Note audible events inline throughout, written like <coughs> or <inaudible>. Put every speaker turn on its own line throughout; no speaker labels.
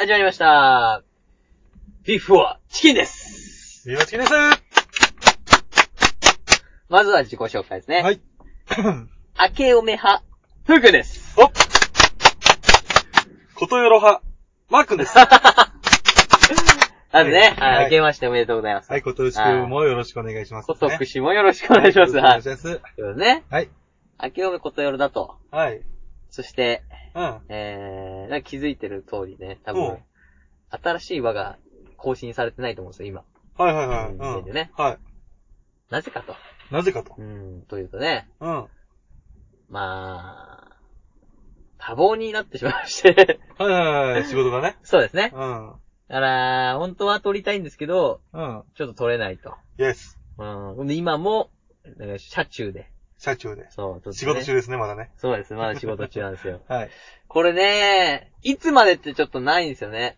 始まりました。ビーフはチキンです。
よろしくですは
まずは自己紹介ですね。
い。 <coughs>
明けおめ派、ふぐ <laughs> です。
おことよろは、マー君です。
まずね、
はい
はい明けましておめでとうございます。
はい、今年もよろしくお願いします、
今年もよろしくお願いします。
お
は
願
い。
い
と
し
いう
ます。
ことでね、
はい。
明けおめことよろだと。
はい。
そして、
うん。
えー、なんか気づいてる通りね、多
う
分
ん、
新しい輪が更新されてないと思うんですよ、今。
はいはいはい。
うん
う
で
ん。
ね
は
なぜかと。
い。なぜかと。
うん、というとね、
うん。は
まあ、多忙になってしまいまして。 <laughs>
いはいはい。仕事がね。
そうですね。
うん。
だから、本当は撮りたいんですけど、
うん。
ちょっと撮れないと。
イエス。
うん。で今も、なんか車中で。
社長で。
そう、撮って
仕
ね
事中ですね、まだね。。
そうです。まだ仕事中なんですよ <laughs>
はい。
これね、いつまでってちょっとないんですよね。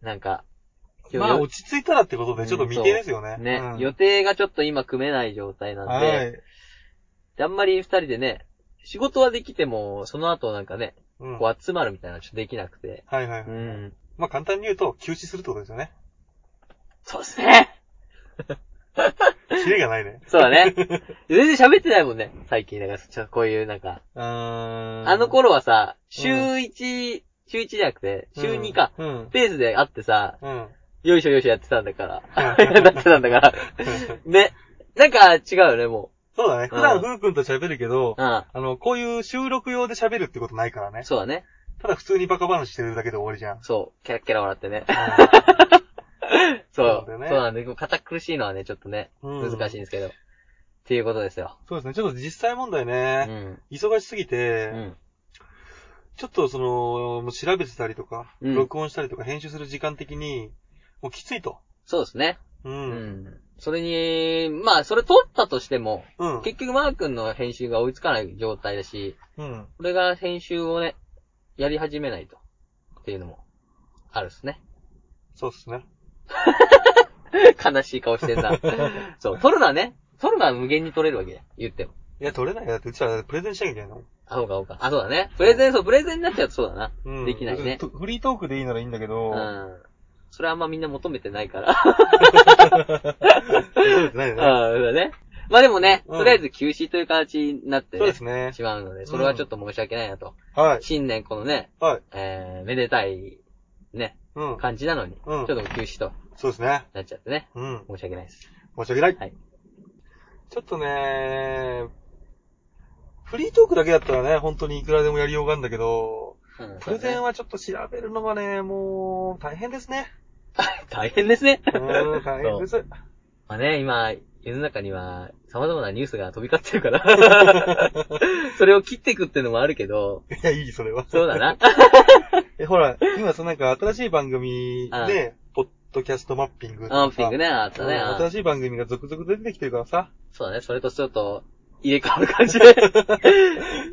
なんか。
まあ、
よ
落ち着いたらってこと
うん
で、ちょっと未定ですよね。
ね、
うん
予定がちょっと今組めない状態なんで、
はい。
であんまり二人でね、仕事はできても、その後なんかね、
うん。
こ
は
う集まるみたいなのちょっとできなくて。
いはいうはい。
ん。
まあ、簡単に言うと、休止するってことですよね。
そうですね。
キレがないね。
そうだ
<laughs>
ね。全然喋ってないもんね、最近。なんか、ちょっとこういうなんか、
うーん
あの頃はさ、週1、週1じゃなくて、週2か。
うん。
ペースで会ってさ、
うん。
よいしょよいしょやってたんだから。 <laughs> やってたんだから。ね。なんか違うよね、も
そうだね。普
う
段、
ん
ふうくんと喋るけど
う。、うん。
あの、こういう収録用で喋るってことないからね。
そうだね。
ただ普通にバカ話してるだけで終わりじゃん。
そう。キャラキャラ笑ってね。
そ
<laughs> そう。そ
うだ
う
ね
なんで、こう堅苦しいのはね、ちょっとね、
う
難
ん
しいんですけど。っていうことですよ。
そうですね。ちょっと実際問題
う
ね、
ん。
忙しすぎ
う
て、
ん。
ちょっとその、もう調べてたりとか、
うん
録音したりとか編集する時間的に、もうきついと。
そうですね。
う。
うんん。それに、まあ、それ撮ったとしても、
うん。
結局マー君の編集が追いつかない状態だし、
うん。
これが編集をね、やり始めないと。っていうのも、あるっす
<laughs>
ね。
そうですね。
悲しい顔してん
<laughs>
な。そう、撮るのはね、撮るのは無限に撮れるわけだよ。言っても。
いや、取れないよ。だってうちらプレゼンしなきゃいけないの。
あ、そうか、そうか。あ、そうだね。プレゼン、そう、プレゼンになっちゃうとそうだな。
うん。
できないね
と。フリートークでいいならいいんだけ
う
ど、
ん。それはあんまみんな求めてないから。うん、そう
取れてないよね。
だね。 <laughs> まあでもね、
うん
とりあえず休止という形になって
そう
ね
で、すね。
しまうので、それはちょっと申し訳ないなと。
はい。
新年このね、
はい。
えー、めでたい、ね、
うん。
感じなのに、ちょ
う
っ
ん
ともう休止と
そうですね。
なっちゃってね。
うん。
申し訳ないです。
申し訳ない。
はい
ちょっとね、フリートークだけだったらね、本当にいくらでもやりようがあるんだけど、
うん
プレゼン
は、
はちょっと調べるのがね、もう、大変ですね。
<laughs> 大変ですね。
う
<laughs>
ーん、大変です。
まあね、今、世の中には、様々なニュースが飛び交ってるか
<laughs>
ら。それを切っていくっていうのもあるけど、
いや、いい、それは。
そうだ
<laughs>
な。
え、ほら、今さ、なんか新しい番組で、ポッドキャストマッピングとかさ
アンピングね、あったね。
うん
あ
新しい番組が続々出てきてるからさ。
そうだね、それとちょっと、入れ替わる感じで。
そうだ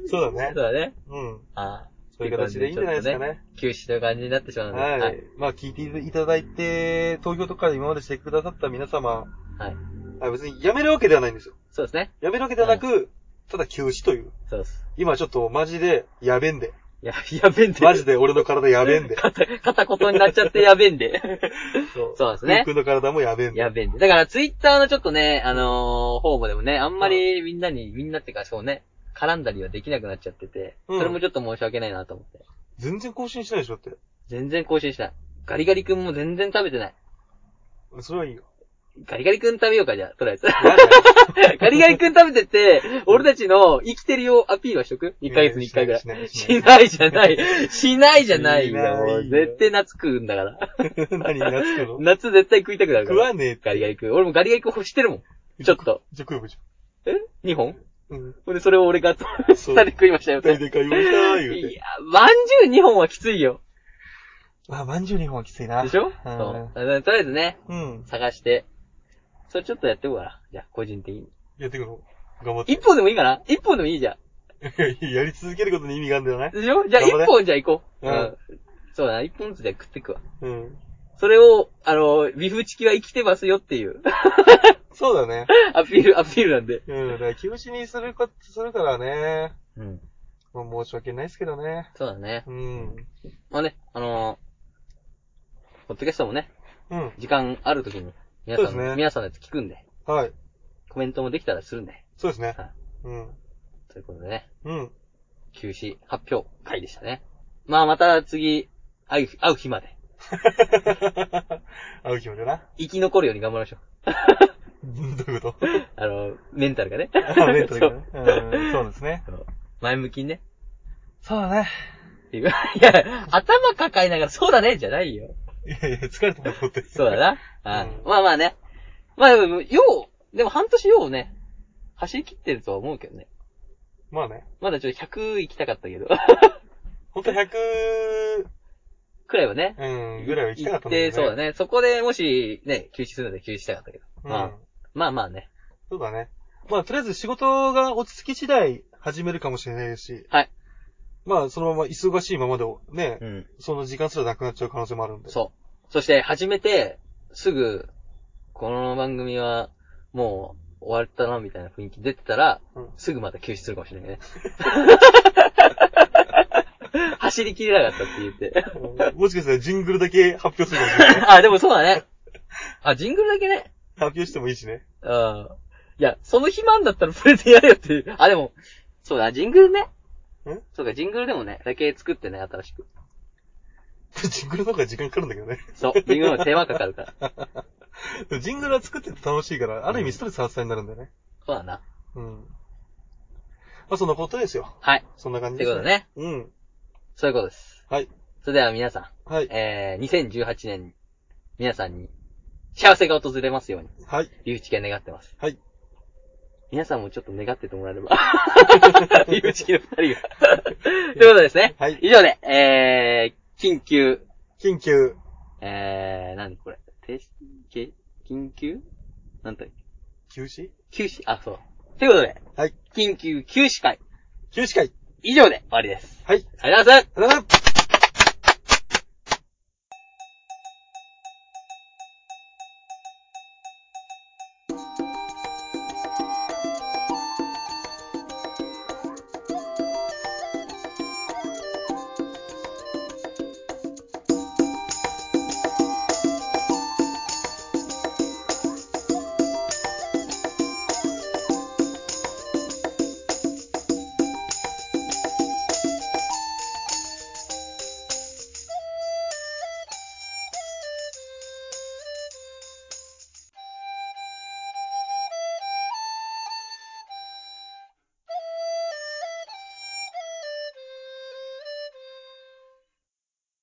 そう
ね。
だね。
うん。
あ
そういう形でいいんじゃないですかね。
休止という感じになってしまうので。
はい。。まあ、聞いていただいて、投票とか今までしてくださった皆様、
はい。
あ別にやめるわけではないんですよ。
そうですね。
やめるわけではなく、ただ休止という。
そうです。
今ちょっとマジで、やべん <laughs> で。
いや、やべんで。
マジで俺の体やべんで。
片、片言になっちゃってやべんで。
そう
そうですね
僕の体もやべんで。
やべんで。だからツイッターのちょっとね、あのー、方もでもね、あんまりみんなに、みんなっていうかそうね、絡んだりはできなくなっちゃってて、
うん
それもちょっと申し訳ないなと思って。
全然更新しないでしょって。
全然更新しない。ガリガリ君も全然食べてない。
それは
<laughs>
いいよ。
ガリガリ君食べようか、じゃあ、とりあえ
<laughs>
ず。
やだよ
ガリガリ君食べてて、俺たちの生きてるよアピールはしとく ?1 ヶ月に1回ぐらい
し。ないし
し
ない。
ないじゃない。しないじゃない
し
よ。
ないよ
もう絶対夏食うんだから。
何になって
<laughs>
の
夏絶対食いたくなるか
食
ら。
わねえって。
ガリガリ君。俺もガリガリ君欲してるもん。ちょっと。
じゃあ食うよ、じゃ
え ?2 本 <laughs>
あうん。
ほんで、それを俺が、二
そう
人で食いましたよ。
二人で買いました、言う
い
て。
や、まんじゅう2本はきついよ。
まあ、まんじゅう2本はきついな。
でしょ、
うん
そう。だからとりあえずね、
うん。
探して。それちょっとやってこうかな。じゃあ、個人的に。
やってくの。頑張って。
一本でもいいかな一本でもいいじゃん。
<laughs> やり続けることに意味があるんだよね。
でしょじゃあ、
頑
一
張れ
本じゃあ行こう。
うん
そうだな、一本ずつじゃあ食ってくわ。
うん。
それを、あの、ビフチキは生きてますよっていう、 <laughs>
そうだね。
アピール、アピールなんで。
うん。だから、休止にするこ、するからね。
うん。
まあ、申し訳ないですけどね。
そうだね。
うん。
まあね、あのポッドキャストもね、
うん。
時間ある時に、皆さん
そうです
の、
ね
皆さんのやつ聞くんで、
はい。
コメントもできたらするんで、
そうですね
はい。
うん。
ということでね、
うん。 <laughs>
休止発表会でしたね。まあまた次、会う、会う日まで、
会う気までな。 <laughs>
生き残るように頑張りましょう。
うんどういうこと
<laughs> あの、メンタルがね。
<laughs> あメンタルがね
そう
うんそうですね。
そう前向きにね。
そうだね。
っていういや、頭抱えながら、そうだね、じゃないよ。
いやいや、疲れてもらって。
そうだな。あ
うん
まあまあね。まあ、でもよう、でも半年ようね、走り切ってるとは思うけどね。
<laughs> まあね。
まだちょっと100行きたかったけど、 <laughs>
ほんと100、
くらいはね。
うん、ぐらいは行きたかったんだ
行
け
って、
ど
そうだね。そこでもし、ね、休止するので休止したかったけど。
うん
まあ、。まあまあね。
そうだね。まあ、とりあえず仕事が落ち着き次第始めるかもしれないし。
はい。
まあ、そのまま忙しいままで、ね、
うん。
その時間すらなくなっちゃう可能性もあるんで。
そう。そして、始めて、すぐ、この番組は、もう、終わったな、みたいな雰囲気出てたら、
うん
すぐまた休止するかもしれない
<laughs>
ね。走りきれなかったって言って。
うん <laughs> もしかしたらジングルだけ発表するかもしれない。
あ、でもそうだね。あ、ジングルだけね。
発表してもいいしね。
うん。いや、その暇あんだったらそれでやれよっていう。あ、でも、そうだ、ジングルね。
ん
そうか、ジングルでもね、だけ作ってね、新しく。
ジングルの方が時間かかるんだけどね。
そう、ジングルの手間かかるから。
ジングルは作ってて楽しいから、ある意味ストレス発散になるんだよね。
そうだな。
うん。まあ、そんなことですよ。
はい。
そんな感
っ
じ
て
です
ことで。ね。
うん。
そういうことです。
はい。
それでは皆さん、
はい。
えー、2018年に、皆さんに、幸せが訪れますように、
はい。
ゆうちきは願ってます。
はい。
皆さんもちょっと願っててもらえれば。 <laughs> ゆうちきの二人が。
<laughs>
ということですね。
はい
以上で、えー、緊急、
緊急。
えー、何これ停止、け緊急なんだっけ
休止
休止あ、そう。ということで、
はい。
緊急休止会、
休止会。
以上で終わりです。
はい。
ありがとうございます
さよなら